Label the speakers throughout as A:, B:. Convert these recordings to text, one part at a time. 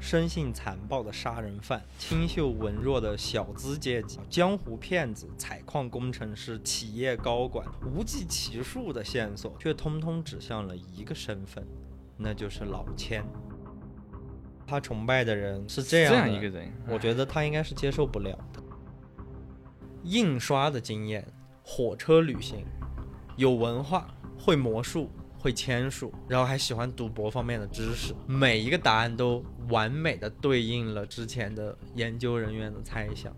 A: 生性残暴的杀人犯，清秀文弱的小资阶级，江湖骗子、采矿工程师、企业高管，无计其数的线索，却通通指向了一个身份，那就是老千。他崇拜的人是这样
B: 这
A: 的
B: 样一个人，
A: 我觉得他应该是接受不了的。印刷的经验，火车旅行，有文化，会魔术，会签数，然后还喜欢赌博方面的知识。每一个答案都完美的对应了之前的研究人员的猜想。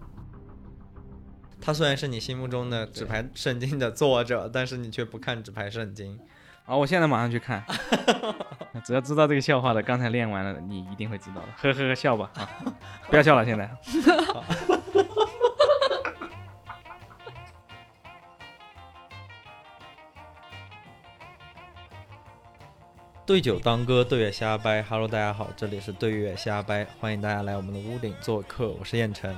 A: 他虽然是你心目中的纸牌圣经的作者，但是你却不看纸牌圣经。
B: 啊、我现在马上去看。 只要知道这个笑话的，刚才练完了，你一定会知道的。呵呵呵，笑吧啊！不要笑了，现在。
A: 对酒当歌，对月瞎掰。Hello，大家好，这里是对月瞎掰，欢迎大家来我们的屋顶做客，我是燕晨。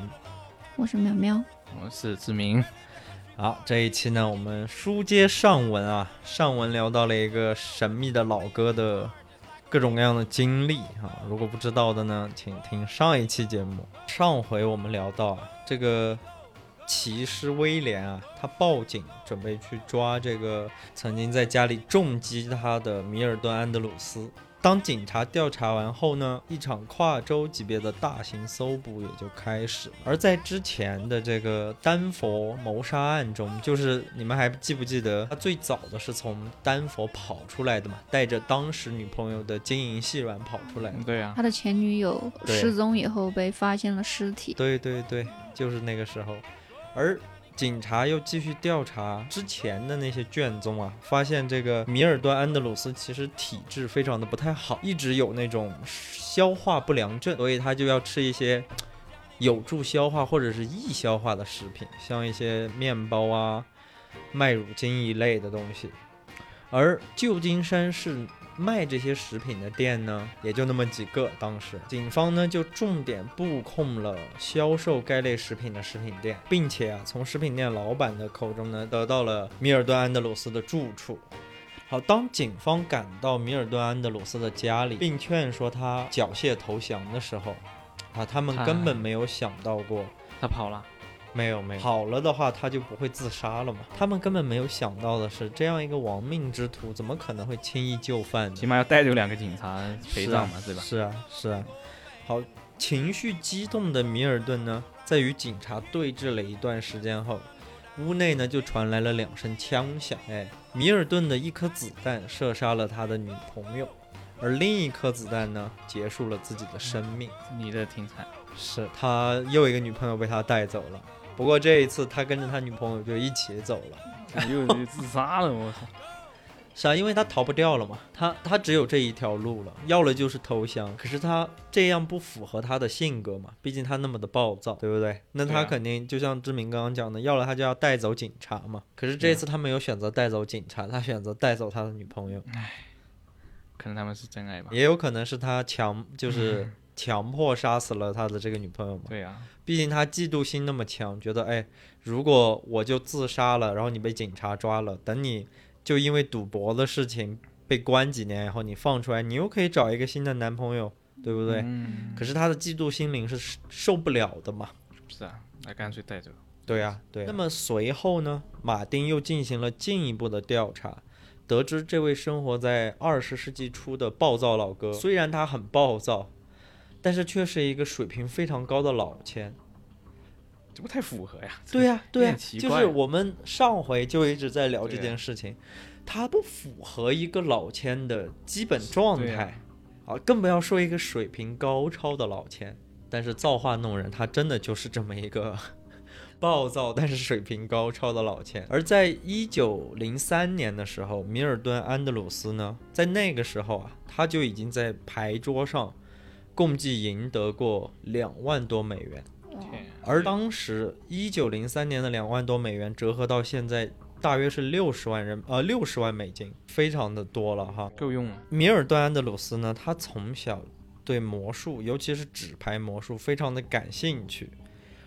C: 我是苗苗，
B: 我是志明，
A: 好，这一期呢，我们书接上文啊，上文聊到了一个神秘的老哥的各种各样的经历啊。如果不知道的呢，请听上一期节目。上回我们聊到啊，这个骑士威廉啊，他报警准备去抓这个曾经在家里重击他的米尔顿·安德鲁斯。当警察调查完后呢，一场跨州级别的大型搜捕也就开始了。而在之前的这个丹佛谋杀案中，就是你们还记不记得，他最早的是从丹佛跑出来的嘛，带着当时女朋友的金银细软跑出来的。
B: 对啊，
C: 他的前女友
A: 对
C: 失踪以后被发现了尸体，
A: 对对对，就是那个时候。而警察又继续调查之前的那些卷宗啊，发现这个米尔顿·安德鲁斯其实体质非常的不太好，一直有那种消化不良症，所以他就要吃一些有助消化或者是易消化的食品，像一些面包啊、麦乳精一类的东西。而旧金山市卖这些食品的店呢，也就那么几个。当时警方呢就重点布控了销售该类食品的食品店，并且啊从食品店老板的口中呢得到了米尔顿·安德鲁斯的住处。好，当警方赶到米尔顿·安德鲁斯的家里，并劝说他缴械投降的时候，啊，他们根本没有想到过
B: 他跑了。
A: 没有没有，好了的话他就不会自杀了嘛。他们根本没有想到的是，这样一个亡命之徒怎么可能会轻易就范呢
B: 起？码要带着两个警察陪葬嘛，对吧？
A: 是啊是啊。好，情绪激动的米尔顿呢，在与警察对峙了一段时间后，屋内呢就传来了两声枪响。哎，米尔顿的一颗子弹射杀了他的女朋友，而另一颗子弹呢结束了自己的生命。
B: 你的挺惨，
A: 是他又一个女朋友被他带走了，不过这一次他跟着他女朋友就一起走了，
B: 你 又你自杀了，我操！
A: 是啊，因为他逃不掉了嘛，他他只有这一条路了，要了就是投降，可是他这样不符合他的性格嘛，毕竟他那么的暴躁，对不对？那
B: 对
A: 他
B: 啊
A: 肯定就像志明刚刚讲的，要了他就要带走警察嘛，可是这一
B: 啊
A: 次他没有选择带走警察，他选择带走他的女朋友，
B: 可能他们是真爱吧？
A: 也有可能是他强 就是强迫杀死了他的这个女朋友嘛。
B: 对啊，
A: 毕竟他嫉妒心那么强，觉得哎，如果我就自杀了，然后你被警察抓了，等你就因为赌博的事情被关几年，然后你放出来，你又可以找一个新的男朋友，对不对？
B: 嗯，
A: 可是他的嫉妒心灵是受受不了的嘛。
B: 是啊，那干脆带走。
A: 对呀、对、啊那么随后呢，马丁又进行了进一步的调查，得知这位生活在二十世纪初的暴躁老哥，虽然他很暴躁，但是却是一个水平非常高的老千。
B: 这不太符合呀。
A: 对呀、对呀、
B: 变奇
A: 就
B: 怪
A: 是
B: 了
A: 我们上回就一直在聊这
B: 对呀
A: 件事情，它不符合一个老千的基本状
B: 对
A: 态
B: 呀
A: 啊，更不要说一个水平高超的老千。但是造化弄人，他真的就是这么一个 暴躁但是水平高超的老千。而在一九零三年的时候，米尔顿·安德鲁斯呢，在那个时候啊，他就已经在牌桌上共计赢得过两万多美元。
B: 天啊
A: 而当时一九零三年的两万多美元折合到现在大约是六十万人呃六十万美金，非常的多了哈。
B: 够用了，
A: 米尔顿·安德鲁斯呢，他从小对魔术，尤其是纸牌魔术非常的感兴趣，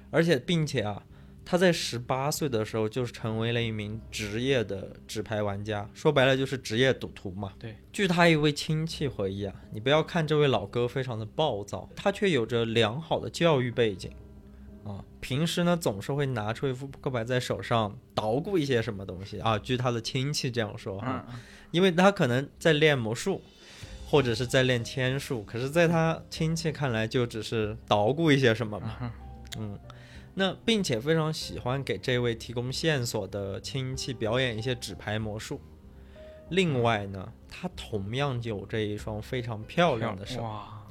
A: 而且并且啊，他在十八岁的时候就成为了一名职业的纸牌玩家，说白了就是职业赌徒嘛。
B: 对，
A: 据他一位亲戚回忆啊，你不要看这位老哥非常的暴躁，他却有着良好的教育背景。啊，平时呢总是会拿出一副扑克牌在手上捣鼓一些什么东西啊。据他的亲戚这样说哈、
B: 嗯，
A: 因为他可能在练魔术，或者是在练签术，可是在他亲戚看来就只是捣鼓一些什么嘛。嗯，那并且非常喜欢给这位提供线索的亲戚表演一些纸牌魔术。另外呢，他同样有这一双非常 漂亮的手。
B: 哇，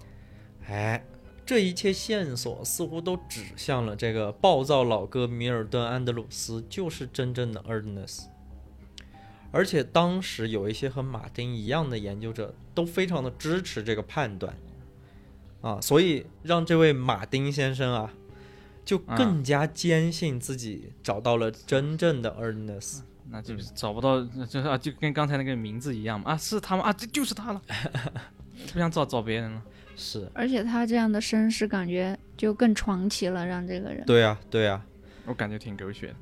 A: 哎，这一切线索似乎都指向了这个暴躁老哥米尔顿·安德鲁斯就是真正的 Ernest。而且当时有一些和马丁一样的研究者都非常的支持这个判断，啊，所以让这位马丁先生啊，就更加坚信自己找到了真正的 Ernest。
B: 那就是找不到，就是啊，就跟刚才那个名字一样嘛，啊，是他吗？啊，这就是他了，不想找找别人了。
A: 是，
C: 而且他这样的身世感觉就更传奇了，让这个人。
A: 对啊，对啊，
B: 我感觉挺狗血的，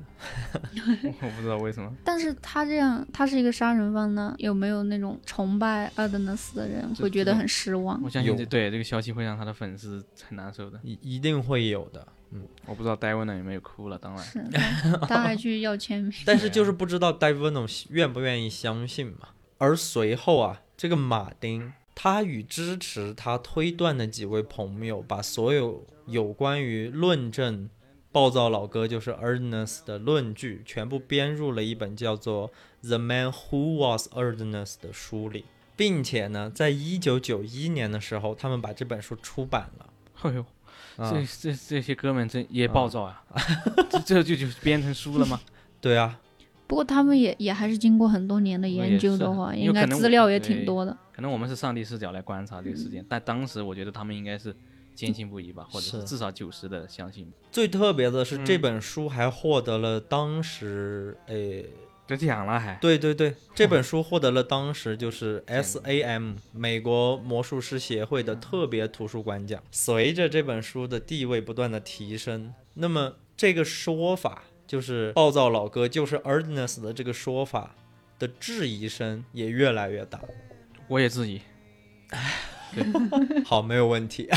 B: 我不知道为什么。
C: 但是他这样，他是一个杀人犯呢，有没有那种崇拜阿德纳斯的人
B: 这
C: 会觉得很失望？
B: 我相信
A: 有
B: 这对这个消息会让他的粉丝很难受的。
A: 一一定会有的。嗯，
B: 我不知道戴维呢有没有哭了，当然
C: 是，他他还去要签名。
A: 但是就是不知道 d a v i n o 愿不愿意相信嘛。而随后啊，这个马丁他与支持他推断的几位朋友，把所有有关于论证暴躁老哥就是 Ernest 的论据，全部编入了一本叫做《The Man Who Was Ernest》的书里，并且呢，在一九九一年的时候，他们把这本书出版了。
B: 哎呦，
A: 啊
B: 这这这些哥们真也暴躁 啊！这这就就编成书了吗？
A: 对啊，
C: 不过他们也也还是经过很多年的研究的话，
B: 也是
C: 应
B: 有
C: 该
B: 可能
C: 资料也挺多的。
B: 可能我们是上帝视角来观察这个事件，但当时我觉得他们应该是坚信不疑吧，或者
A: 是
B: 是至少九十的相信。
A: 最特别的是
B: 嗯
A: 这本书还获得了当时诶。
B: 得奖了还？
A: 对对对，这本书获得了当时就是 SAM 美国魔术师协会的特别图书馆奖。随着这本书的地位不断的提升，那么这个说法就是暴躁老哥就是 Ernest 的这个说法的质疑声也越来越大。
B: 我也 质疑。
A: 好，没有问题。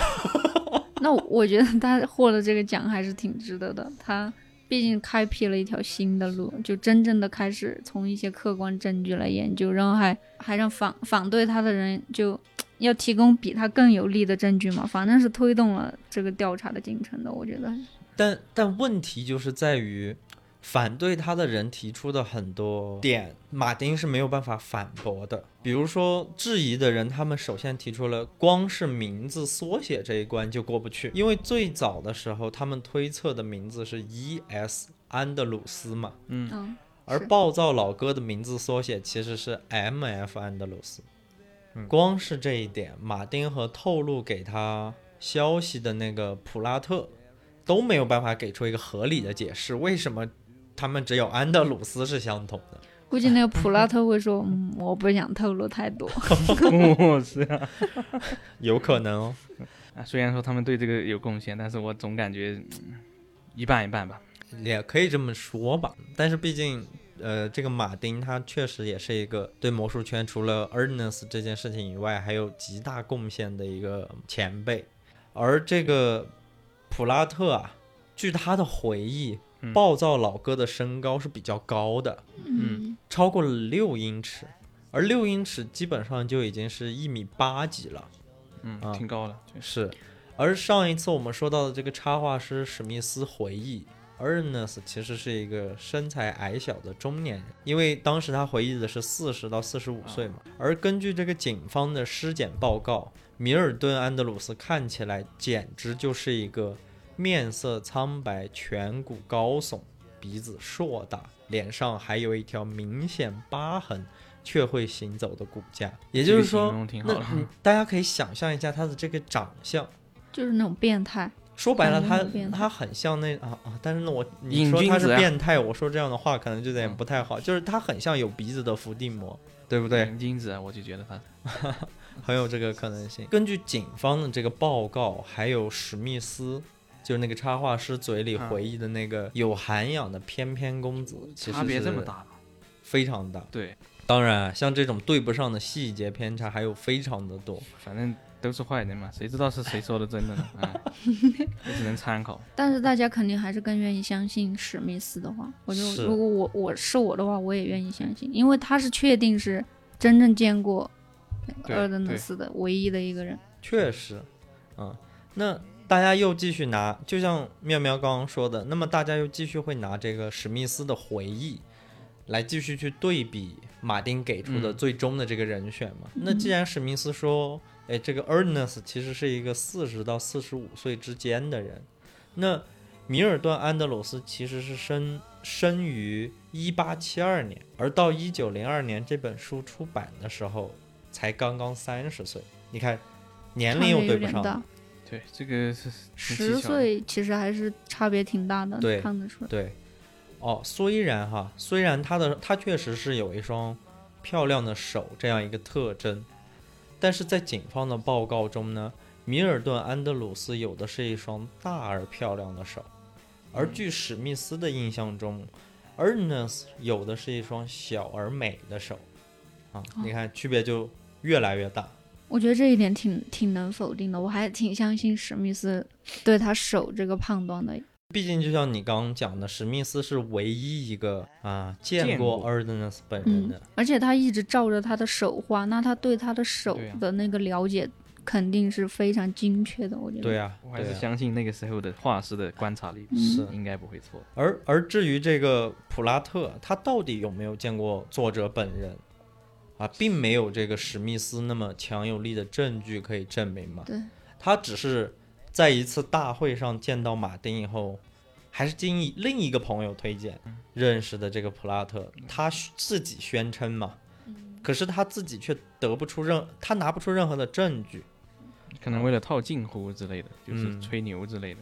C: 那我我觉得他获得这个奖还是挺值得的，他毕竟开辟了一条新的路，就真正的开始从一些客观证据来研究，然后还还让反反对他的人就要提供比他更有力的证据嘛，反正是推动了这个调查的进程的，我觉得。
A: 但但问题就是在于，反对他的人提出的很多点，马丁是没有办法反驳的。比如说，质疑的人，他们首先提出了光是名字缩写这一关就过不去，因为最早的时候他们推测的名字是 E.S. 安德鲁斯嘛，
B: 嗯，
C: 嗯，
A: 而
C: 是
A: 暴躁老哥的名字缩写其实是 M.F. 安德鲁斯。光是这一点，马丁和透露给他消息的那个普拉特都没有办法给出一个合理的解释，为什么他们只有安德鲁斯是相同的？
C: 估计那个普拉特会说，嗯，我不想透露太多。
B: 哦是啊。
A: 有可能哦。
B: 啊，虽然说他们对这个有贡献，但是我总感觉、嗯一半一半吧。
A: 也可以这么说吧。但是毕竟，呃，这个马丁他确实也是一个对魔术圈除了 Ernest 这件事情以外，还有极大贡献的一个前辈。而这个普拉特啊，据他的回忆，
B: 嗯
A: 暴躁老哥的身高是比较高的，
B: 嗯，
A: 超过了六英尺，而六英尺基本上就已经是一米八几了。
B: 嗯，
A: 啊
B: 挺高了，确实。
A: 是，而上一次我们说到的这个插画师史密斯回忆，Ernest 其实是一个身材矮小的中年人，因为当时他回忆的是四十到四十五岁嘛。而根据这个警方的尸检报告，米尔顿·安德鲁斯看起来简直就是一个面色苍白、颧骨高耸、鼻子硕大，脸上还有一条明显疤痕。却会行走的骨架，也就
B: 这
A: 是
B: 个
A: 说
B: 形，容挺好
A: 那
B: 的
A: 你大家可以想象一下他的这个长相，
C: 就是那种变态，
A: 说白了
C: 感觉
A: 他
C: 很变态
A: 他很像那啊啊，但是呢我你
B: 瘾
A: 说他
B: 君子
A: 是
B: 啊
A: 变态，我说这样的话可能就有点
B: 嗯
A: 不太好，就是他很像有鼻子的伏地魔，对不对？
B: 眼金子啊，我就觉得他
A: 很有这个可能性。根据警方的这个报告，还有史密斯。就是那个插画师嘴里
B: 嗯
A: 回忆的那个有涵养的翩翩公子，其实
B: 差别这么
A: 是
B: 大吗？
A: 非常大。
B: 对，
A: 当然，啊像这种对不上的细节偏差还有非常的多。
B: 反正都是坏人嘛，谁知道是谁说的真的呢？啊， 就只能参考。
C: 但是大家肯定还是更愿意相信史密斯的话。我就是如果我我是我的话，我也愿意相信，因为他是确定是真正见过那
B: 对
C: 个厄德
B: 对
C: 纳斯的唯一的一个人。
A: 确实，嗯，那大家又继续拿，就像妙妙刚刚说的，那么大家又继续会拿这个史密斯的回忆来继续去对比马丁给出的
B: 嗯
A: 最终的这个人选嘛？那既然史密斯说，哎，这个 Ernest 其实是一个四十到四十五岁之间的人，那米尔顿·安德鲁斯其实是生生于一八七二年，而到一九零二年这本书出版的时候，才刚刚三十岁。你看，年龄又
C: 差别
A: 对
C: 有
A: 不
C: 点
A: 上，
C: 大，
B: 对，这个是挺
C: 十
B: 蹊跷的
C: 岁其实还是差别挺大的，
A: 对
C: 看得出来。
A: 对，哦，虽然哈，虽然他的他确实是有一双漂亮的手这样一个特征，但是在警方的报告中呢，米尔顿·安德鲁斯有的是一双大而漂亮的手，而
B: 嗯
A: 据史密斯的印象中，Ernest 有的是一双小而美的手，啊，你看区别就越来越大。
C: 我觉得这一点挺挺能否定的，我还挺相信史密斯对他手这个判断的。
A: 毕竟，就像你刚刚讲的，史密斯是唯一一个啊见
B: 见
A: 过
B: 过
A: Ernest 本人
C: 嗯
A: 的，，
C: 而且他一直照着他的手画，那他对他的手
B: 对啊
C: 的那个了解肯定是非常精确的。我觉得，
A: 对啊，
B: 我还
A: 对
B: 是
A: 啊
B: 相信那个时候的画师的观察力，
C: 嗯
A: 是
B: 应该不会错。
A: 而而至于这个普拉特，他到底有没有见过作者本人啊，并没有这个史密斯那么强有力的证据可以证明嘛。
C: 对，
A: 他只是在一次大会上见到马丁以后，还是经一另一个朋友推荐认识的这个普拉特，他宣自己宣称嘛，可是他自己却得不出任，他拿不出任何的证据。
B: 可能为了套近乎之类的，就是
A: 嗯
B: 吹牛之类的。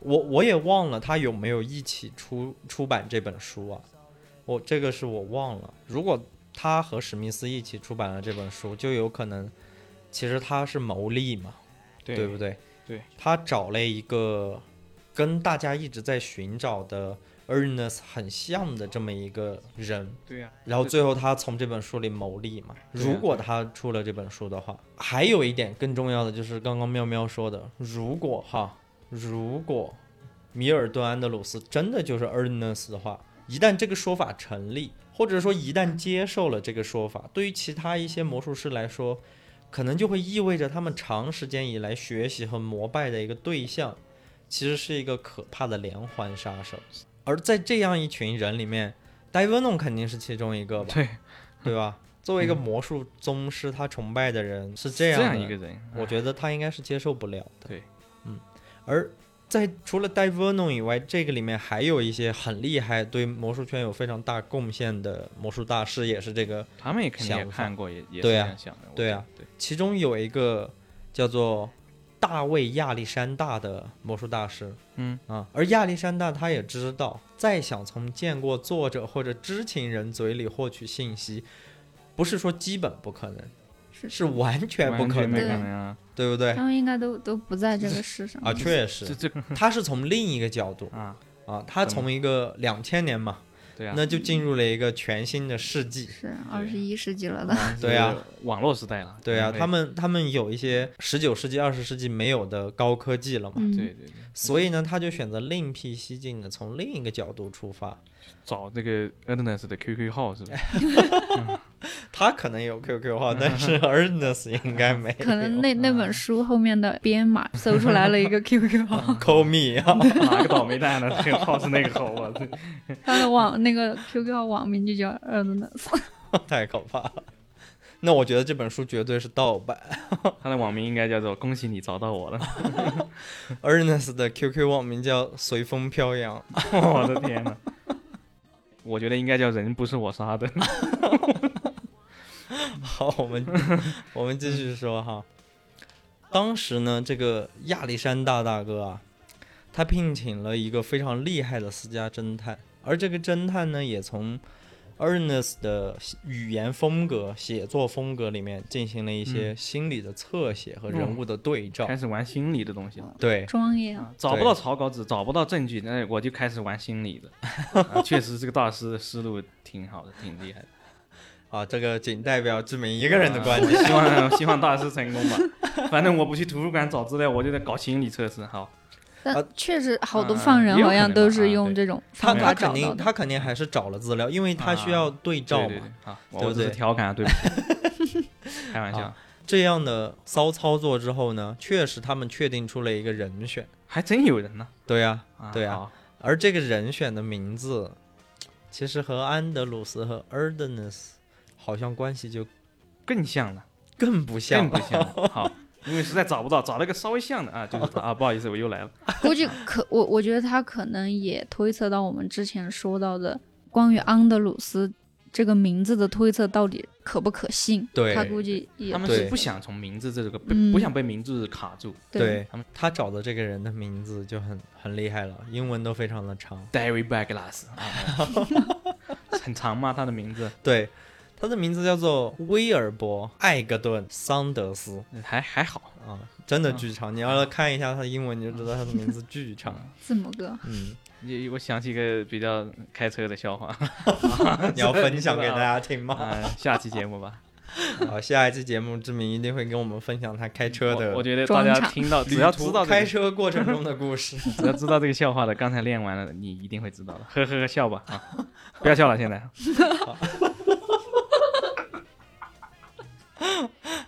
A: 我我也忘了他有没有一起出出版这本书啊，我这个是我忘了。如果他和史密斯一起出版了这本书，就有可能，其实他是牟利嘛，
B: 对
A: 不对？
B: 对，
A: 他找了一个跟大家一直在寻找的 Ernest 很像的这么一个人，
B: 对啊呀、
A: 然后最后他从这本书里牟利嘛。
B: 对啊
A: 如果他出了这本书的话，还有一点更重要的就是刚刚喵喵说的，如果哈，如果米尔顿·安德鲁斯真的就是 Ernest 的话，一旦这个说法成立，或者说一旦接受了这个说法，对于其他一些魔术师来说，可能就会意味着他们长时间以来学习和膜拜的一个对象，其实是一个可怕的连环杀手。而在这样一群人里面，戴文弄肯定是其中一个 吧？
B: 对，
A: 对吧？作为一个魔术宗师，他崇拜的人是这样
B: 嗯这样
A: 的
B: 一个人，
A: 我觉得他应该是接受不了的。
B: 对，
A: 嗯，而在除了戴 Vernon 以外，这个里面还有一些很厉害、对魔术圈有非常大贡献的魔术大师，也是这个。
B: 他们也肯定也
A: 想法
B: 看过，也也是这
A: 对啊
B: 样想的。我
A: 对
B: 觉
A: 啊
B: 得对，
A: 其中有一个叫做大卫亚历山大的魔术大师，
B: 嗯
A: 啊，而亚历山大他也知道，再想从见过作者或者知情人嘴里获取信息，不是说基本不可能，
C: 是
A: 是完全不
B: 完
A: 可
B: 全
A: 能，
B: 没
A: 对
B: 可能啊！
A: 不对？
C: 他们应该都都不在这个世上
A: 啊，确实，
B: 这这
A: 他是从另一个角度
B: 啊，
A: 啊，他
B: 怎么
A: 从一个两千年嘛，
B: 对啊，
A: 那就进入了一个全新的世纪。
C: 是二十一世纪了的。
B: 那
A: 对啊，
B: 网络时代了。
A: 对啊，
B: 人类
A: 他们他们有一些十九世纪、二十世纪没有的高科技了嘛，
C: 嗯，
B: 对对对，
A: 所以呢，他就选择另辟蹊径的从另一个角度出发。
B: 找这个 Ernest 的 QQ 号是吧？
A: 他可能有 QQ 号，但是 Ernest 应该没有。
C: 可 能那那本书后面的编码搜出来了一 个 QQ 号，
A: call me 啊，
B: 哪个倒霉蛋呢？这个号是那个号，啊我这
C: 他的网那个 QQ 号网名就叫厄德纳斯。
A: 太可怕了。那我觉得这本书绝对是盗版。
B: 他的网名应该叫做“恭喜你找到我了
A: Ernest 的 QQ 网名叫“随风飘扬”，”。
B: 我的天呐，我觉得应该叫“人不是我杀的
A: 好，我们我们继续说哈。当时呢，这个亚历山大大哥啊，他聘请了一个非常厉害的私家侦探，而这个侦探呢，也从 Ernest 的语言风格、写作风格里面进行了一些心理的侧写和人物的对照。
B: 开始玩心理的东西了。
A: 对，
C: 庄严。
B: 啊，找不到草稿纸，找不到证据，那我就开始玩心理的。啊确实，这个大师的思路挺好的，挺厉害的。
A: 啊，这个仅代表志明一个人的观点。
B: 点，啊希望 希望大师成功吧。反正我不去图书馆找资料，我就在搞心理测试。好，
A: 啊
C: 但确实，好多
B: 啊
C: 犯人
B: 也有
C: 好
B: 可
C: 像
B: 能
C: 都
B: 吧啊
C: 是
B: 对
C: 用这种
A: 他
C: 方
A: 他
C: 法
A: 肯
C: 找到
A: 定
C: 的。
A: 他肯定还是找了资料，因为他需要对照
B: 对
A: 嘛。
B: 对对，好，
A: 对
B: 我
A: 不
B: 只
A: 对
B: 是调侃啊，对不 起，开玩笑
A: 啊，这样的骚操作之后呢，确实他们确定出了一个人选。
B: 还真有人呢。
A: 对呀、
B: 啊
A: 对啊
B: 好
A: 而这个人选的名字，其实和安德鲁斯和 Erdenus 好像关系就
B: 更像了，
A: 更不像
B: 更
A: 了。
B: 不像 了。好，因为实在找不到，找了一个稍微像的啊，就是他啊，不好意思，我又来了。
C: 估计可我我觉得他可能也推测到我们之前说到的关于安德鲁斯这个名字的推测到底可不可信？
A: 对
C: 他估计也
B: 他们
A: 对
B: 是不想从名字这个被
C: 嗯
B: 不想被名字卡住。
C: 对
A: 对他找的这个人的名字就很很厉害了，英文都非常的长。
B: Derry Baglass，啊 很长吗？他的名字
A: 对，他的名字叫做威尔伯·艾格顿·桑德斯
B: 还还好，
A: 啊，真的巨长。你要是看一下他的英文，你就知道他的名字巨长。
C: 字母哥，
A: 嗯，
B: 也我想起一个比较开车的笑话，
A: 你要分享给大家听吗？
B: 啊，下期节目吧。
A: 好，下一期节目志明一定会跟我们分享他开车
B: 我
A: 的
B: 我觉得大家
C: 装场
B: 听到
A: 旅
B: 只要
A: 途
B: 知道这
A: 开
B: 个，
A: 车过程中的故事。
B: 只要知道这个笑话的，刚才练完了，你一定会知道的。呵呵呵，笑吧啊！不要笑了，现在。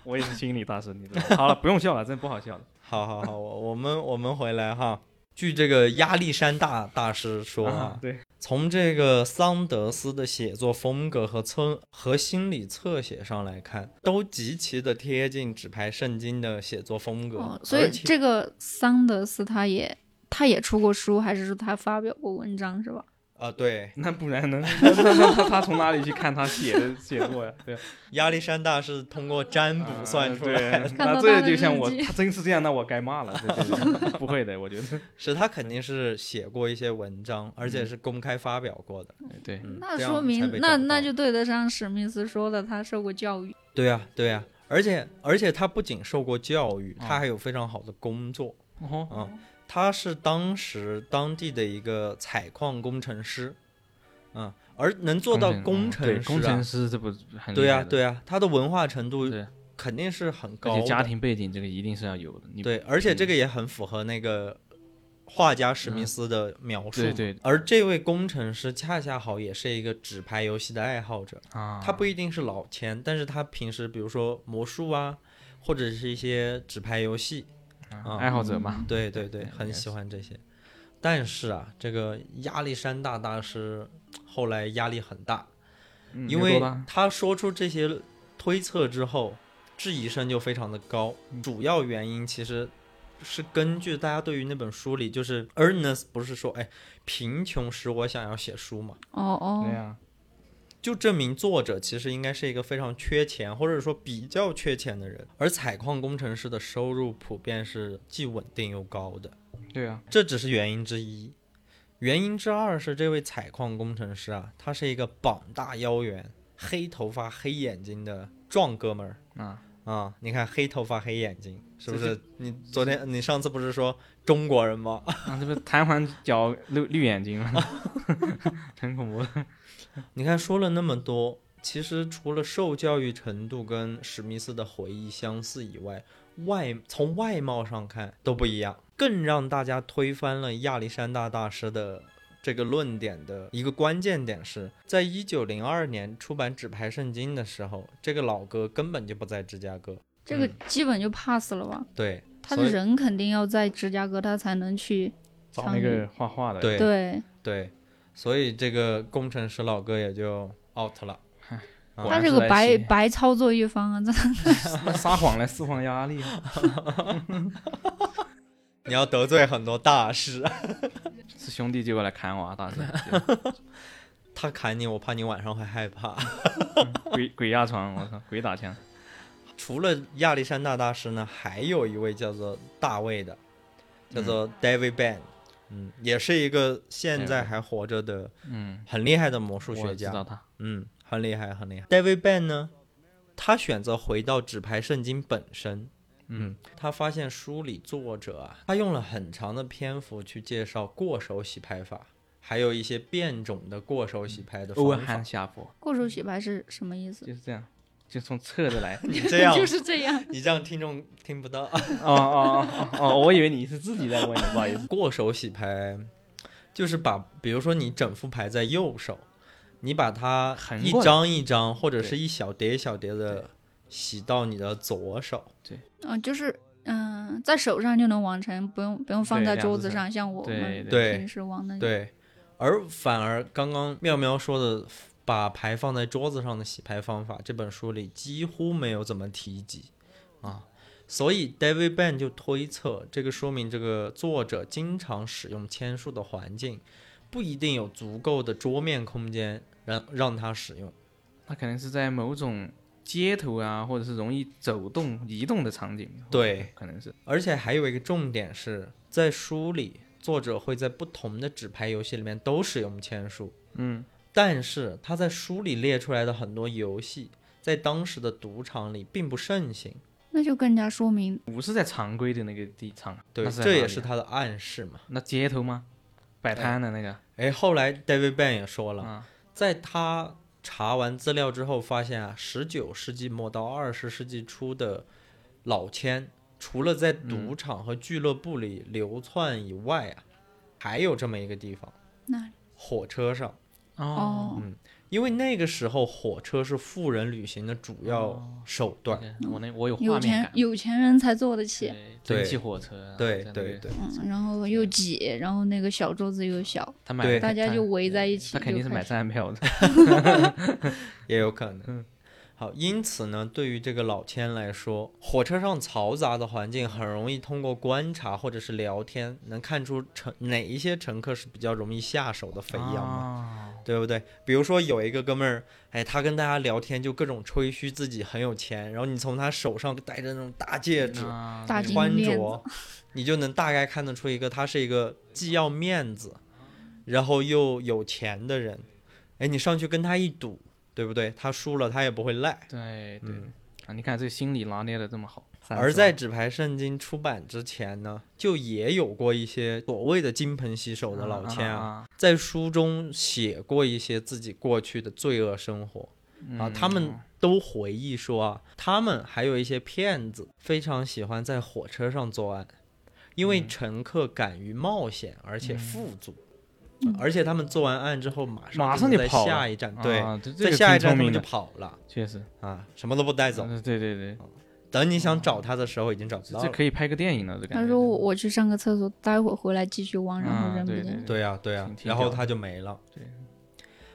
B: 我也是心理大师，你知道吗。好了，不用笑了，真不好笑了。
A: 好好好，我我们我们回来哈。据这个压历山大大师说
B: 啊
A: 啊，，
B: 对，
A: 从这个桑德斯的写作风格和侧和心理侧写上来看，都极其的贴近纸牌圣经的写作风格，
C: 哦，所以
A: 而且
C: 这个桑德斯他也他也出过书，还是说他发表过文章是吧？
A: 啊、对，
B: 那不然呢？那那那他他从哪里去看他写的写作呀？对，
A: 亚历山大是通过占卜
B: 啊
A: 算出 来，
B: 对，
C: 看
B: 那
C: 到他
B: 这
C: 的
B: 就像
C: 日
B: 我，
C: 记
B: 他真是这样，那我该骂了。对对 对不会的，我觉得。
A: 是他肯定是写过一些文章，而
B: 嗯
A: 且是公开发表过的。
B: 对，
A: 嗯
C: 那
A: 这样
C: 说
A: 才
C: 明
A: 被
C: 那
A: 找到
C: 那就对得上史密斯说的，他受过教育。
A: 对呀、对呀、而且而且他不仅受过教育，
B: 哦
C: 嗯
A: 他还有非常好的工作。
B: 哦，
A: 啊，他是当时当地的一个采矿工程师，嗯，而能做到
B: 工
A: 程师、啊
B: 程嗯工程师这不很
A: 对啊呀、
B: 厉害的
A: 对呀、他的文化程度
B: 对
A: 肯定是很
B: 而
A: 高
B: 且
A: 的，
B: 家庭嗯背景这个一定是要有的。你
A: 对，而且这个也很符合那个画家史密斯的描述。
B: 嗯对对
A: 而这位工程师恰恰好也是一个纸牌游戏的爱好者，
B: 啊，
A: 他不一定是老千，但是他平时比如说魔术啊，或者是一些纸牌游戏，
B: 啊
A: 啊
B: 爱好者嘛，
A: 对对对，
B: 对
A: 很
B: 也
A: 喜
B: 是
A: 欢这些。但是啊，这个亚历山大大师后来压力很大，
B: 嗯
A: 因
B: 有
A: 为
B: 多大
A: 他说出这些推测之后，质疑声就非常的高。
B: 嗯
A: 主要原因其实是根据大家对于那本书里，就是 Ernest 不是说，哎，贫穷使我想要写书嘛，
C: 哦哦
B: 对，啊呀，
A: 就证明作者其实应该是一个非常缺钱，或者说比较缺钱的人。而采矿工程师的收入普遍是既稳定又高的。
B: 对啊呀，
A: 这只是原因之一。原因之二是这位采矿工程师啊，他是一个膀大腰圆、黑头发、黑眼睛的壮哥们儿
B: 啊
A: 啊！你看黑头发、黑眼睛，是不
B: 这
A: 是？你昨天你上次不是说中国人吗？
B: 啊，这不弹簧脚绿绿眼睛吗？ 很恐怖。
A: 你看说了那么多，其实除了受教育程度跟史密斯的回忆相似以外，外从外貌上看都不一样。更让大家推翻了亚历山大大师的这个论点的一个关键点是，在一九零二年出版《纸牌圣经》的时候，这个老哥根本就不在芝加哥。
C: 这个
A: 嗯
C: 基本就 pass 了吧？
A: 对，
C: 他
A: 所
C: 的
A: 以
C: 人肯定要在芝加哥，他才能去
B: 找
C: 苍
B: 那
C: 蝇
B: 个画画的，
A: 对
C: 对，
A: 对，所以这个工程师老哥也就 out 了。啊
B: 果
C: 他
B: 然
C: 这
B: 是
C: 个
B: 来
C: 白
B: 写
C: 白操作一方啊，这
B: 那撒谎来释放压力啊，
A: 你要得罪很多大师，
B: 是兄弟就过来砍我啊，大师，
A: 他砍你，我怕你晚上会害怕。
B: 鬼鬼压床，我操，鬼 打墙。
A: 除了亚历山
B: 嗯
A: 大大师呢，还有一位叫做大卫的，叫做 David Ben，、嗯，也是一个现在还活着的
B: 嗯，
A: 很厉害的魔术
B: 我
A: 学
B: 知
A: 家，
B: 道他，
A: 嗯，很厉害，很厉害。David Ben 呢，他选择回到纸牌圣经本身。嗯，他发现书里作者啊，他用了很长的篇幅去介绍过手洗牌法，还有一些变种的过手洗牌的
B: 欧文
A: 方
B: 汉
A: 法。
B: 下坡
C: 过手洗牌是什么意思？
B: 就是这样，就从侧着 来。
A: 你这样，
C: 就是这样。
A: 你这样听众听不到。
B: 哦哦哦哦哦，我以为你是自己在问，不好意思。
A: 过手洗牌就是把，比如说你整副牌在右手，你把它
B: 横
A: 一
B: 过来
A: 张一张或者
B: 对
A: 是一小叠一小叠
B: 对
A: 的洗到你的左手。
C: 嗯、就是嗯、在手上就能完成，不用不用放
B: 对
C: 在
B: 两
C: 桌
B: 只
C: 子
B: 手
C: 上，像我
B: 对
C: 们
A: 对
C: 平时玩的。
A: 对，而反而刚刚妙妙说的把牌放在桌子上的洗牌方法，这本书里几乎没有怎么提及啊。所以 David Ben 就推测，这个说明这个作者经常使用签数的环境，不一定有足够的桌面空间让让他使用。
B: 他可能是在某种街头啊，或者是容易走动、移动的场景。
A: 对，
B: 可能是
A: 而且还有一个重点是在书里，作者会在不同的纸牌游戏里面都使用签数。
B: 嗯，
A: 但是他在书里列出来的很多游戏，在当时的赌场里并不盛行。
C: 那就更加说明
B: 不是在常规的那个地场。
A: 对，
B: 那在
A: 这
B: 哪
A: 也
B: 里
A: 是
B: 啊
A: 他的暗示嘛。
B: 那街头吗？摆
A: 对
B: 摊的那个
A: 哎，后来 David Ben 也说了，
B: 啊，
A: 在他查完资料之后发现啊，十九世纪末到二十世纪初的老千，除了
B: 嗯
A: 在赌场和俱乐部里流窜以外啊，还有这么一个地方
C: 那
A: ——火车上。
B: 哦，
C: 哦，
A: 因为那个时候火车是富人旅行的主要
B: 哦
A: 手段。
B: OK，我那我有
C: 有
B: 画面
C: 钱
B: 感。
C: 有钱人才坐得起。
B: 对蒸
A: 对
B: 汽火车啊，
A: 对
B: 在那
A: 对
B: 个
A: 对，
C: 嗯，然后又挤，然后那个小桌子又小，
B: 他买
A: 对
B: 了
C: 大家
B: 他
C: 就围在一起
B: 他肯定是
C: 就开
B: 买
C: 始
B: 站票的，
A: 也有可能。
B: 嗯
A: 好，因此呢，对于这个老千来说，火车上嘈杂的环境很容易通过观察或者是聊天，能看出乘哪一些乘客是比较容易下手的肥羊
B: 哦
A: 嘛，
B: 嘛。
A: 对不对？比如说有一个哥们儿，哎，他跟大家聊天就各种吹嘘自己很有钱，然后你从他手上戴着那种大戒指、
B: 啊
C: 大
B: 对
C: 金
A: 穿
C: 链
A: 着，你就能大概看得出一个他是一个既要面子，然后又有钱的人。哎，你上去跟他一赌，对不对？他输了他也不会赖。
B: 对对
A: 嗯
B: 啊！你看这心理拿捏的这么好，
A: 而在《纸牌圣经》出版之前呢，就也有过一些所谓的金盆洗手的老千啊，
B: 啊，
A: 在书中写过一些自己过去的罪恶生活
B: 嗯
A: 啊，他们都回忆说啊，他们还有一些骗子非常喜欢在火车上作案，因为乘客敢于冒险而且富足，
C: 嗯
A: 而且他们做完案之后马上
B: 马上
A: 就
B: 就
A: 在
B: 跑了
A: 下一站，
B: 啊
A: 对，
B: 这这
A: 在
B: 个
A: 下一
B: 挺
A: 站
B: 聪
A: 他们
B: 明
A: 就
B: 的，
A: 跑了
B: 确实，
A: 啊，什么都不带走。
B: 嗯对对对，
A: 等你想找他的时候，已经找不
B: 这
A: 到
B: 这
A: 了。
B: 可以拍个电影了，这感觉。
C: 他说我我去上个厕所，待会儿回来继续玩，然后
B: 啊
C: 人不
B: 对
C: 见
B: 对
C: 了。
A: 对呀、对呀、
B: 挺挺
A: 然后
B: 屌的
A: 他就没了。
B: 对。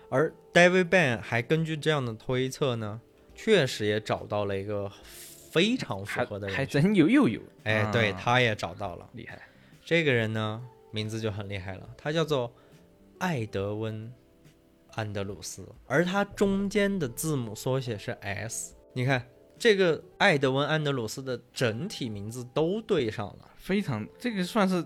A: 而 David Ben 还根据这样的推测呢，确实也找到了一个非常符
B: 还
A: 合的
B: 还
A: 人选。
B: 真有又有，
A: 哎，
B: 啊
A: 对，他也找到了。
B: 厉害，
A: 这个人呢，名字就很厉害了，他叫做艾德温·安德鲁斯，而他中间的字母缩写是 S。你看，这个艾德温·安德鲁斯的整体名字都对上了。
B: 非常这个算是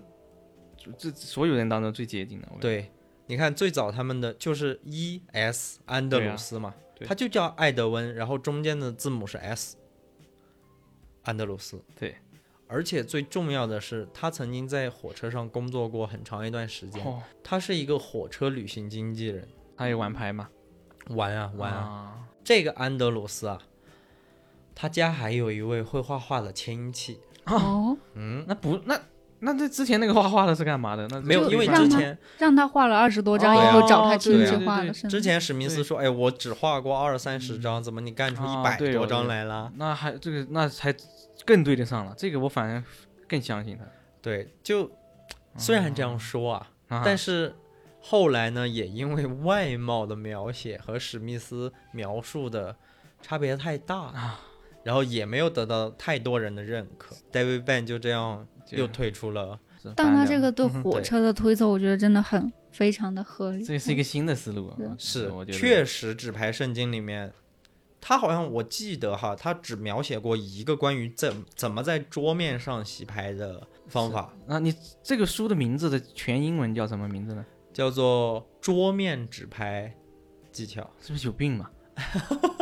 B: 这这所有人当中最接近的，我感觉，
A: 对，你看最早他们的就是 E S 安德鲁斯嘛，
B: 对啊对
A: 他就叫艾德温，然后中间的字母是 S，安德鲁斯。
B: 对，
A: 而且最重要的是，他曾经在火车上工作过很长一段时间，
B: 哦，
A: 他是一个火车旅行经纪人。
B: 他也玩牌嘛，
A: 玩啊玩啊！
B: 啊，
A: 这个安德鲁斯啊，他家还有一位会画画的亲戚。
C: 哦，
A: 嗯，
B: 那不那那这之前那个画画的是干嘛的？那
A: 没有，
C: 就
A: 因为
C: 让
A: 之
C: 他
A: 前
C: 让他画了二十多张，
A: 哦
C: 以后找他亲
A: 对啊
C: 戚
A: 对
C: 画
B: 对
C: 了。
A: 之前史密斯
B: 对
A: 说：“哎，我只画过二三十张，怎么你干出一
B: 啊
A: 百
B: 对
A: 多
B: 哦
A: 张
B: 对
A: 来啦？”
B: 那还这个那才更对得上了，这个我反而更相信他。
A: 对，就虽然这样说啊，
B: 啊
A: 但是后来呢，也因为外貌的描写和史密斯描述的差别太
B: 啊
A: 大，然后也没有得到太多人的认可，David Ben 就这样
B: 这
A: 又退出了。
B: 是
C: 但
B: 反
C: 他
B: 而
C: 这个对火车的推测，我觉得真的很非常的合理。
B: 这是一个新的思路啊
C: 嗯，
B: 我觉得
A: 确实，《纸牌圣经》里面他好像我记得哈，他只描写过一个关于怎怎么在桌面上洗牌的方法，
B: 啊，你这个书的名字的全英文叫什么名字呢？
A: 叫做桌面纸牌技巧。
B: 是不是有 病嘛？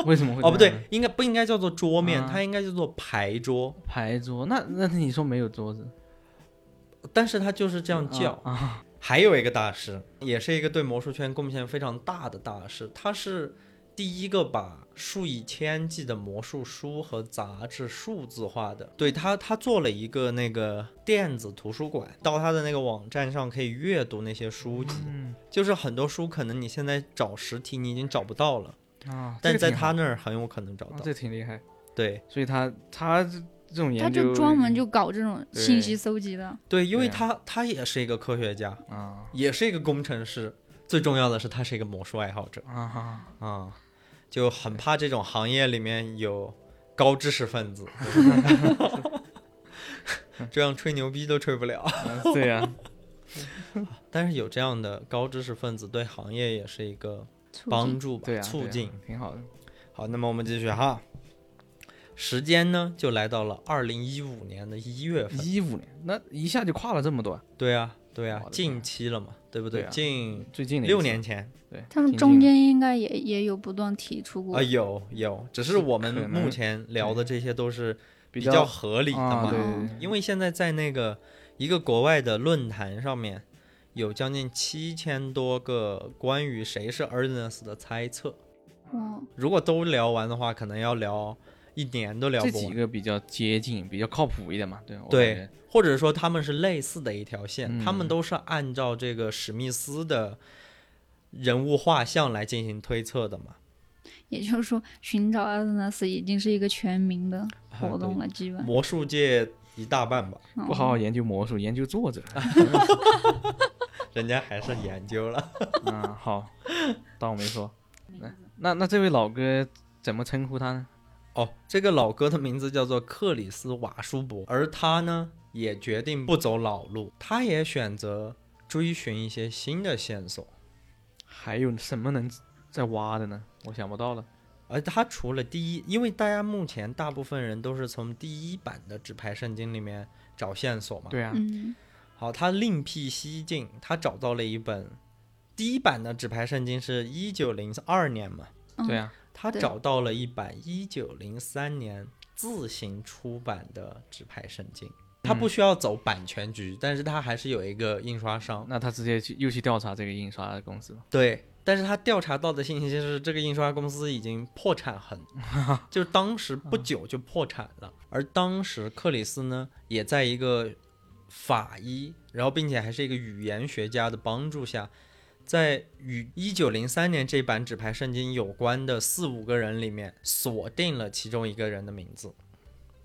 B: 为什么会这样呢
A: 哦，不对，，应该不应该叫做桌面，
B: 啊
A: 它应该叫做牌桌，
B: 牌桌那那你说没有桌子
A: 但是它就是这样叫。
B: 啊啊
A: 还有一个大师，也是一个对魔术圈贡献非常大的大师，他是第一个把数以千计的魔术书和杂志数字化的。对他，他做了一个那个电子图书馆，到他的那个网站上可以阅读那些书籍，
B: 嗯
A: 就是很多书可能你现在找实体你已经找不到了，
B: 啊，
A: 但在
B: 这个挺好
A: 他那儿很有可能找
B: 啊
A: 到。
B: 这挺厉害，
A: 对
B: 所以他他这这种研
C: 他
B: 究
C: 就专门就搞这种
B: 对
C: 信息搜集的，
A: 对，因为
B: 对啊
A: 他他也是一个科学家，
B: 啊
A: 也是一个工程师，最重要的是他是一个魔术爱好者。
B: 啊哈
A: 啊、就很怕这种行业里面有高知识分子， 这样吹牛逼都吹不了。
B: 啊对呀、
A: 但是有这样的高知识分子，对行业也是一个
C: 促进
A: 帮助吧，
B: 对啊 呀、
A: 促
B: 对呀
A: 进。
B: 挺好的。
A: 好，那么我们继续哈，时间呢就来到了二零一五年的一月份。
B: 一五年那一下就跨了这么多啊，
A: 对啊，对啊
B: 我，的
A: 近
B: 天
A: 期了嘛，对不
B: 对啊
A: 近
B: 最近的一
A: 六
B: 次
A: 年前
B: 对，
C: 他们
B: 挺
C: 中
B: 近的
C: 间应该也也有不断提出
A: 啊、
C: 过，
A: 有有，只是我们
B: 可能
A: 目前聊的这些都是
B: 比
A: 较合理的嘛，
B: 啊对
C: 嗯
B: 对对，
A: 因为现在在那个一个国外的论坛上面，有将近七千多个关于谁是 Ernest 的猜测。
C: 哇，
A: 如果都聊完的话，可能要聊一年都聊
B: 这
A: 不
B: 几
A: 完，
B: 个比较接近，比较靠谱一点嘛，对我
A: 对
B: 感觉
A: 或者说他们是类似的一条线，
B: 嗯
A: 他们都是按照这个史密斯的人物画像来进行推测的嘛。
C: 也就是说，寻找阿特纳斯已经是一个全民的
A: 啊
C: 活动了，基本
A: 对魔术界一大半吧，
C: 嗯
B: 不好好研究魔术，研究作者
A: 人家还是研究了。
B: 啊，好，当我没说。来那那这位老哥怎么称呼他呢？
A: 哦，这个老哥的名字叫做克里斯瓦舒伯，而他呢也决定不走老路，他也选择追寻一些新的线索。
B: 还有什么能再挖的呢？我想不到了。
A: 而他除了第一，因为大家目前大部分人都是从第一版的纸牌圣经里面找线索嘛。
B: 对啊，
C: 嗯，
A: 好，他另辟蹊径，他找到了一本第一版的纸牌圣经是一九零二年嘛，
C: 嗯
B: 对啊，
A: 他
C: 对
A: 找到了一版一九零三年自行出版的纸牌圣经，他不需要走版权局，但是他还是有一个印刷商。
B: 那他直接去又去调查这个印刷公司了。
A: 对，但是他调查到的信息是，这个印刷公司已经破产很，就是当时不久就破产了。而当时克里斯呢，也在一个法医，然后并且还是一个语言学家的帮助下，在与一九零三年这版纸牌圣经有关的四五个人里面，锁定了其中一个人的名字，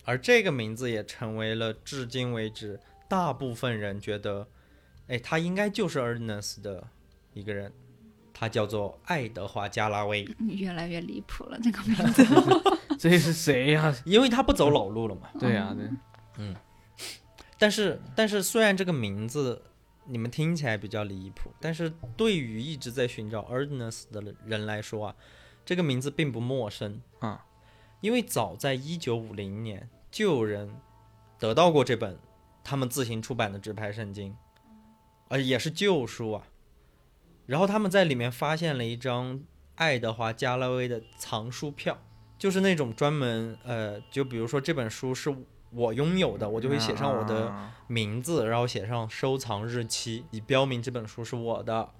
A: 而这个名字也成为了至今为止大部分人觉得，哎，他应该就是 Ernest 的一个人，他叫做爱德华·加拉威，
C: 越来越离谱了，这个名字。
B: 这是谁呀、
A: 因为他不走老路了嘛。
B: 对啊，对，
A: 但是，但是虽然这个名字你们听起来比较离谱，但是对于一直在寻找 Ernest 的人来说啊，这个名字并不陌生
B: 啊，
A: 因为早在一九五零年就有人得到过这本他们自行出版的纸牌圣经，呃，也是旧书啊。然后他们在里面发现了一张爱德华·加拉威的藏书票，就是那种专门呃，就比如说这本书是我拥有的，我就会写上我的
B: 啊
A: 名字，然后写上收藏日期，以标明这本书是我的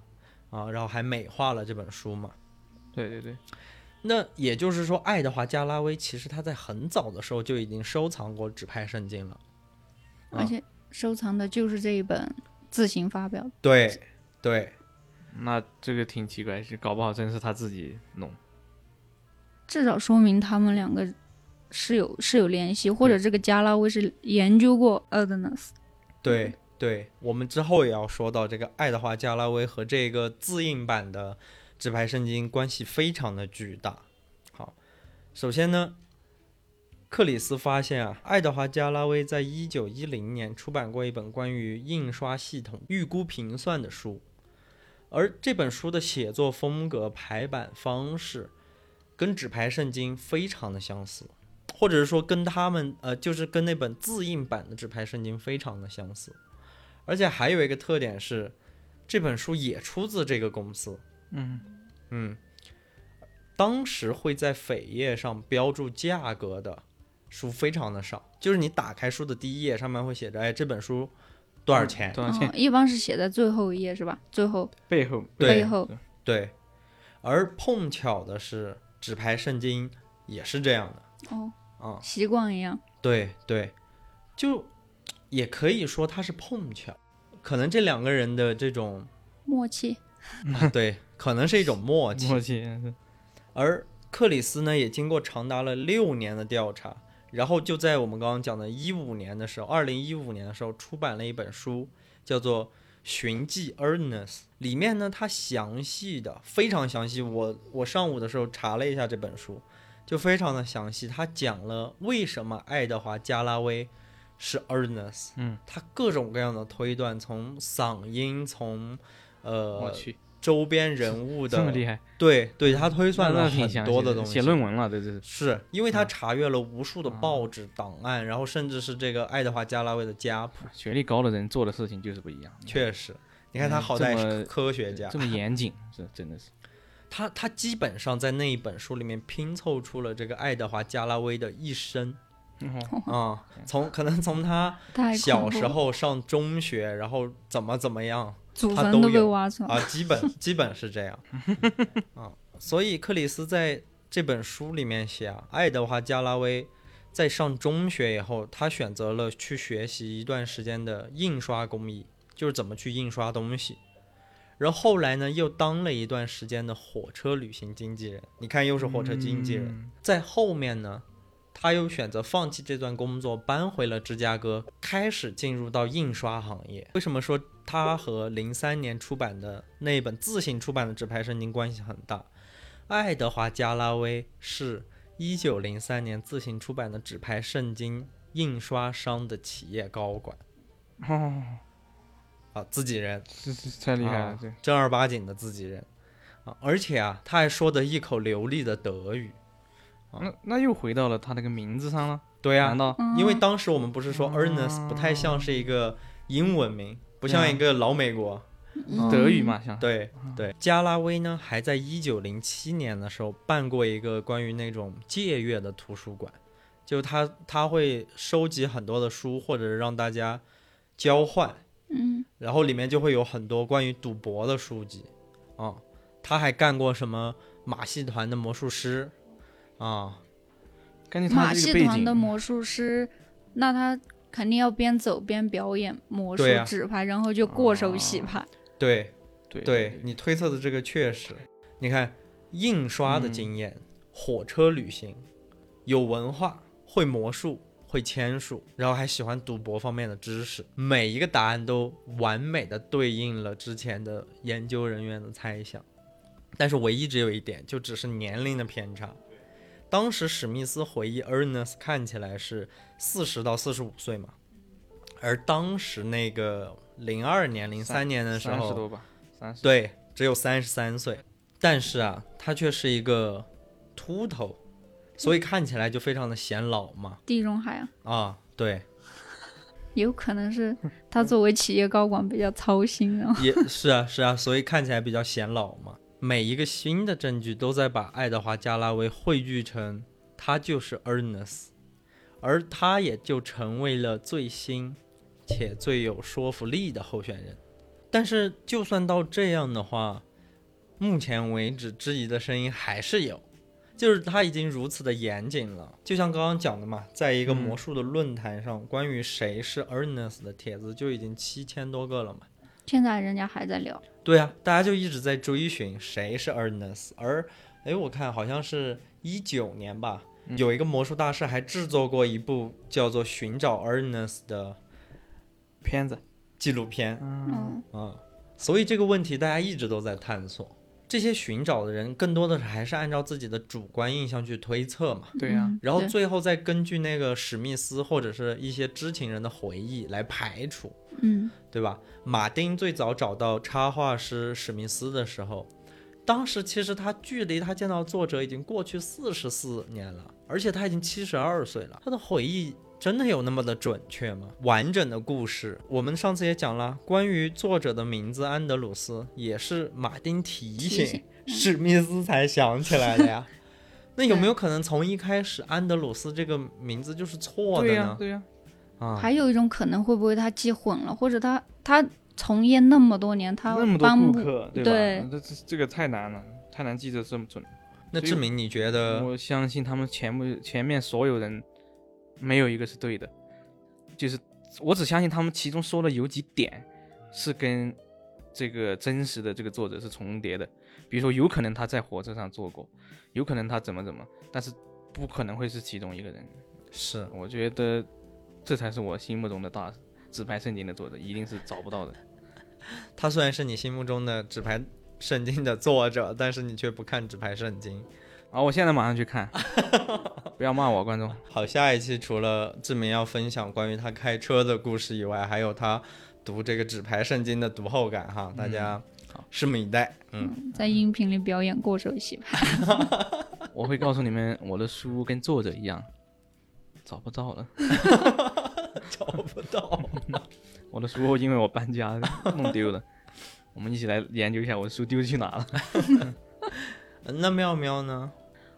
A: 啊，然后还美化了这本书嘛。
B: 对对对，
A: 那也就是说，爱德华·加拉威其实他在很早的时候就已经收藏过纸牌圣经了。啊
C: 而且收藏的就是这一本自行发表的，
A: 对，对，
B: 那这个挺奇怪，是搞不好真是他自己弄。
C: 至少说明他们两个是有是有联系，或者这个加拉威是研究过 e r d e n s
A: 对，对，我们之后也要说到这个爱德华·加拉威和这个自印版的纸牌圣经关系非常的巨大。好，首先呢，克里斯发现啊，爱德华·加拉威在一九一零年出版过一本关于印刷系统预估评算的书，而这本书的写作风格、排版方式。跟纸牌圣经非常的相似，或者是说跟他们呃，就是跟那本自印版的纸牌圣经非常的相似。而且还有一个特点是，这本书也出自这个公司。
B: 嗯，
A: 嗯，当时会在扉页上标注价格的书非常的少，就是你打开书的第一页，上面会写着，哎，这本书多少钱？
B: 多少钱
C: 哦？一般是写在最后一页是吧？最后
B: 啊背后
A: 对
C: 背后
A: 对，而碰巧的是，纸牌圣经也是这样的
C: 哦，
A: 啊、
C: 习惯一样。
A: 对对，就也可以说它是碰巧，可能这两个人的这种，
C: 默契，
A: 啊、对，可能是一种默契，
B: 默契，嗯
A: 而克里斯呢，也经过长达了六年的调查，然后就在我们刚刚讲的一五年的时候，二零一五年的时候出版了一本书，叫做《寻迹 Ernest》。里面呢，他详细的，非常详细。我我上午的时候查了一下这本书，就非常的详细。他讲了为什么爱德华·加拉威是 Ernest，
B: 嗯，
A: 他各种各样的推断，从嗓音，从
B: 我
A: 呃
B: 去，
A: 周边人物的
B: 这么厉害，
A: 对对，他推算
B: 那
A: 了
B: 那挺详
A: 很
B: 细
A: 多
B: 的
A: 东西，
B: 写论文了，对对对，
A: 是因为他
B: 嗯
A: 查阅了无数的
B: 啊
A: 报纸档案，然后甚至是这个爱德华加拉威的家谱。
B: 学历高的人做的事情就是不一样，
A: 确实，你看他
B: 嗯
A: 好
B: 这
A: 歹
B: 么
A: 是科学家
B: 这，么严谨，是真的是，
A: 他他基本上在那一本书里面拼凑出了这个爱德华加拉威的一生
B: 嗯
A: 啊、从可能从他
C: 哦太恐
A: 小
C: 怖
A: 时
C: 了
A: 候上中学，然后怎么怎么样，
C: 祖
A: 他
C: 坟
A: 都
C: 都被
A: 有
C: 挖出来，
A: 啊，基本基本是这样啊。所以克里斯在这本书里面写啊，爱德华·加拉威在上中学以后，他选择了去学习一段时间的印刷工艺，就是怎么去印刷东西。然后后来呢，又当了一段时间的火车旅行经纪人。你看，又是火车经纪人。
B: 嗯，
A: 在后面呢，他又选择放弃这段工作，搬回了芝加哥，开始进入到印刷行业。为什么说他和零三年出版的那一本自行出版的《纸牌圣经》关系很大？爱德华·加拉威是一九零三年自行出版的《纸牌圣经》印刷商的企业高管
B: 哦，
A: 啊，自己人。
B: 这这太厉害了，
A: 啊
B: 对，
A: 正儿八经的自己人啊，而且啊，他还说得一口流利的德语。
B: 那那又回到了他那个名字上了，
A: 对啊呀、
B: 难道
C: 嗯
A: 因为当时我们不是说 Ernest 不太像是一个英文名，不像一个老美国。
C: 嗯
B: 德语嘛，像
A: 对对，加拉威呢还在1907年的时候办过一个关于那种借阅的图书馆，就他他会收集很多的书，或者是让大家交换，
C: 嗯，
A: 然后里面就会有很多关于赌博的书籍啊、他还干过什么马戏团的魔术师啊、
B: 根据他
C: 马
B: 这
C: 戏
B: 个背
C: 团的
B: 景，
C: 魔术师，那他肯定要边走边表演魔术
A: 对啊啊
C: 纸牌，然后就过手洗牌。
A: 对，
B: 对
A: 对，你推测的这个确实，你看印刷的经验、火车旅行、有文化、会魔术、会签数，然后还喜欢赌博方面的知识，每一个答案都完美的对应了之前的研究人员的猜想。但是唯一只有一点，就只是年龄的偏差。当时史密斯回忆，Ernest 看起来是四十到四十五岁嘛，而当时那个零二年、零三年的时
B: 三
A: 候
B: 十，多吧，三十，
A: 对，只有三十三岁，但是啊，他却是一个秃头，所以看起来就非常的显老嘛。
C: 地中海啊，
A: 啊，对，
C: 有可能是
A: 嗯
C: 他作为企业高管比较操心啊。
A: 也是啊，是啊，所以看起来比较显老嘛。每一个新的证据都在把爱德华·加拉威汇聚成他就是 Ernest，而他也就成为了最新且最有说服力的候选人。但是，就算到这样的话，目前为止质疑的声音还是有，就是他已经如此的严谨了。就像刚刚讲的嘛，在一个
B: 嗯
A: 魔术的论坛上，关于谁是 Ernest 的帖子就已经七千多个了嘛。
C: 现在人家还在聊，
A: 对啊，大家就一直在追寻谁是 Ernest，而哎，我看好像是一九年吧，有一个魔术大师还制作过一部叫做《寻找 Ernest》的
B: 片子，
A: 纪录片
C: 嗯，
A: 啊、所以这个问题大家一直都在探索。这些寻找的人更多的是还是按照自己的主观印象去推测嘛，
B: 对呀
C: 嗯
A: 然后
C: 对
A: 最后再根据那个史密斯或者是一些知情人的回忆来排除。
C: 嗯，
A: 对吧？马丁最早找到插画师史密斯的时候，当时其实他距离他见到作者已经过去四十四年了，而且他已经七十二岁了，他的回忆。真的有那么的准确吗？完整的故事，我们上次也讲了，关于作者的名字安德鲁斯，也是马丁提
C: 提
A: 醒
C: 醒嗯
A: 史密斯才想起来的 呀。那有
C: 对
A: 没有可能从一开始安德鲁斯这个名字就是错的
B: 对呀
A: 呢？
B: 对呀，
A: 啊，
C: 还有一种可能，会不会他记混了，或者他他从业那么多年，他
B: 那么多
C: 帮
B: 顾
C: 不
B: 客，对吧？
C: 对
B: 这这这个太难了，太难记得这么准。
A: 那
B: 所以
A: 志明，你觉得？
B: 我相信他们全部前面所有人没有一个是对的，就是我只相信他们其中说的有几点是跟这个真实的这个作者是重叠的，比如说有可能他在火车上坐过，有可能他怎么怎么，但是不可能会是其中一个人。
A: 是
B: 我觉得这才是我心目中的大纸牌圣经的作者，一定是找不到的。
A: 他虽然是你心目中的纸牌圣经的作者， 但是你却不看纸牌圣经。
B: 啊，我现在马上去看，不要骂我，观众。
A: 好，下一期除了志明要分享关于他开车的故事以外，还有他读这个纸牌圣经的读后感哈，大家拭目以待。嗯，
C: 在音频里表演过手戏吧？
B: 我会告诉你们，我的书跟作者一样，找不到了。
A: 找不到，
B: 我的书因为我搬家弄丢了，我们一起来研究一下我的书丢去哪了。
A: 嗯那妙妙呢？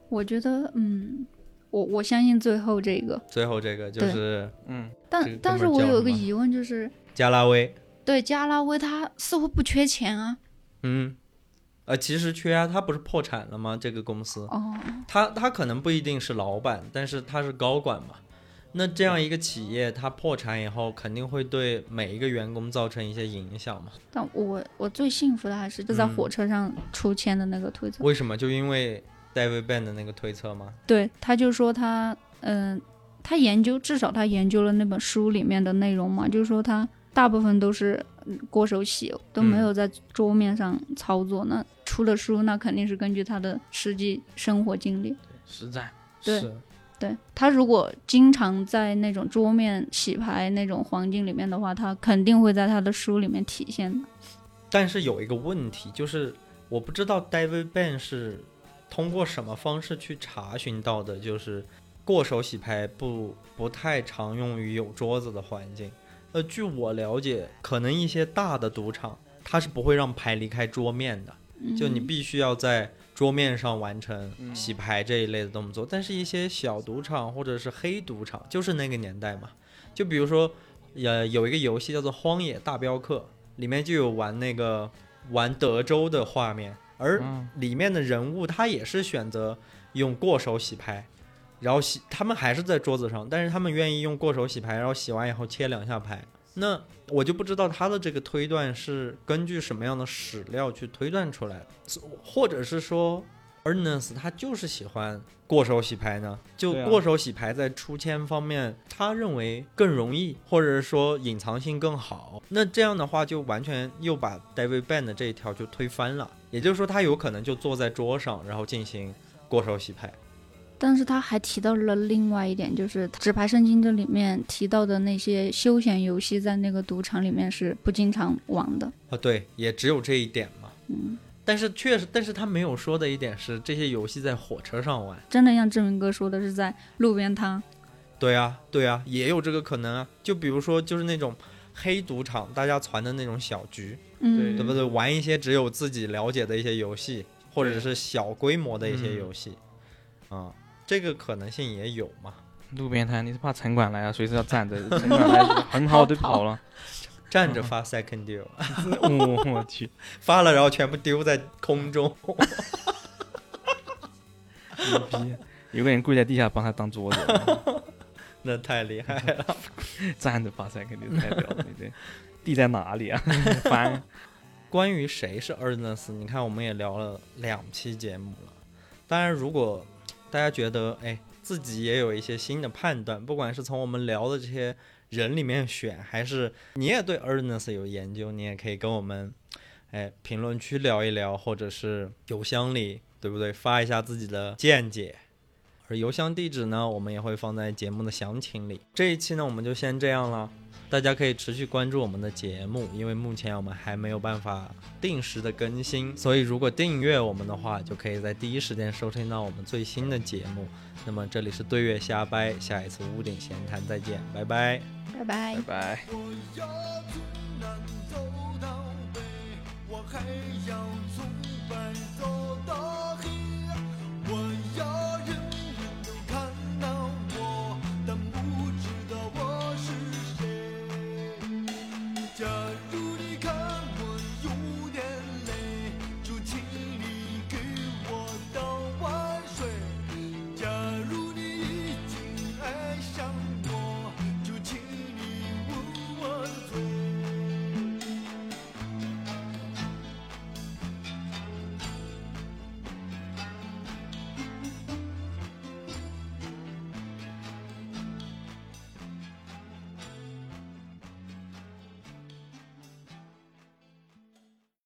C: 我觉得，嗯，我我相信最后这个，
A: 最后这个就是
B: 嗯，
A: 这个
C: 但
A: 哥
C: 但
A: 们
C: 是
A: 儿
C: 我
A: 叫什
C: 有一个
A: 么
C: 疑问，就是
A: 加拉威，
C: 对加拉威他似乎不缺钱啊，
A: 嗯，呃，其实缺啊，他不是破产了吗？这个公司，
C: 哦，
A: 他他可能不一定是老板，但是他是高管嘛。那这样一个企业，它破产以后，肯定会对每一个员工造成一些影响嘛？
C: 但我我最幸福的还是就在
A: 嗯
C: 火车上出签的那个推测，
A: 为什么？就因为 David Ben 的那个推测吗？
C: 对，他就说他，嗯、他研究至少他研究了那本书里面的内容嘛，就是说他大部分都是嗯过手洗，都没
A: 嗯
C: 有在桌面上操作。那出了书，那肯定是根据他的实际生活经历。
B: 实战。
C: 对
A: 是
C: 对他如果经常在那种桌面洗牌那种环境里面的话，他肯定会在他的书里面体现的。
A: 但是有一个问题，就是我不知道 David Ben 是通过什么方式去查询到的，就是过手洗牌不不太常用于有桌子的环境。呃，据我了解，可能一些大的赌场它是不会让牌离开桌面的，就你
C: 嗯
A: 必须要在桌面上完成
B: 嗯
A: 洗牌这一类的动作。但是，一些小赌场或者是黑赌场，就是那个年代嘛，就比如说，呃，有一个游戏叫做《荒野大镖客》，里面就有玩那个玩德州的画面，而
B: 嗯，
A: 里面的人物他也是选择用过手洗牌，然后洗他们还是在桌子上，但是他们愿意用过手洗牌，然后洗完以后切两下牌。那我就不知道他的这个推断是根据什么样的史料去推断出来的，或者是说 Ernest 他就是喜欢过手洗牌呢？就
B: 对啊
A: 过手洗牌在出签方面，他认为更容易，或者是说隐藏性更好。那这样的话，就完全又把 David Ben 的这一条就推翻了。也就是说，他有可能就坐在桌上，然后进行过手洗牌。
C: 但是他还提到了另外一点，就是《纸牌圣经》这里面提到的那些休闲游戏，在那个赌场里面是不经常玩的。
A: 啊，对，也只有这一点嘛。
C: 嗯，
A: 但是确实，但是他没有说的一点是，这些游戏在火车上玩。
C: 真的像志明哥说的，是在路边摊。
A: 对啊，对啊，也有这个可能啊。就比如说，就是那种黑赌场，大家传的那种小局，
C: 嗯，
A: 对不对？玩一些只有自己了解的一些游戏，或者
B: 对
A: 是小规模的一些
B: 嗯
A: 游戏，
C: 嗯
A: 啊、这个可能性也有嘛。
B: 路边摊，你是怕城管来啊？随时要站着，城管来很好
C: 逃
B: 就跑了。
A: 站
C: 嗯
A: 着发 second deal，
B: 我我去，
A: 发了然后全部丢在空中。
B: 牛逼！有个人跪在地下帮他当桌子，
A: 那太厉害了，
B: 站着发腮肯定太屌了。你这地在哪里啊？ 翻
A: 关于谁是 Ernest，你看我们也聊了两期节目了。当然，如果大家觉得哎自己也有一些新的判断，不管是从我们聊的这些人里面选，还是你也对 Ernest 有研究，你也可以跟我们哎评论区聊一聊，或者是邮箱里对不对发一下自己的见解。而邮箱地址呢，我们也会放在节目的详情里。这一期呢，我们就先这样了。大家可以持续关注我们的节目，因为目前我们还没有办法定时的更新，所以如果订阅我们的话，就可以在第一时间收听到我们最新的节目。那么这里是对月瞎掰，下一次屋顶闲谈再见，拜拜。
C: 拜拜
B: 拜。拜。
D: 我要从南走到北，我还要从白走到黑。我要人人都看到我，但不知道我是谁。假如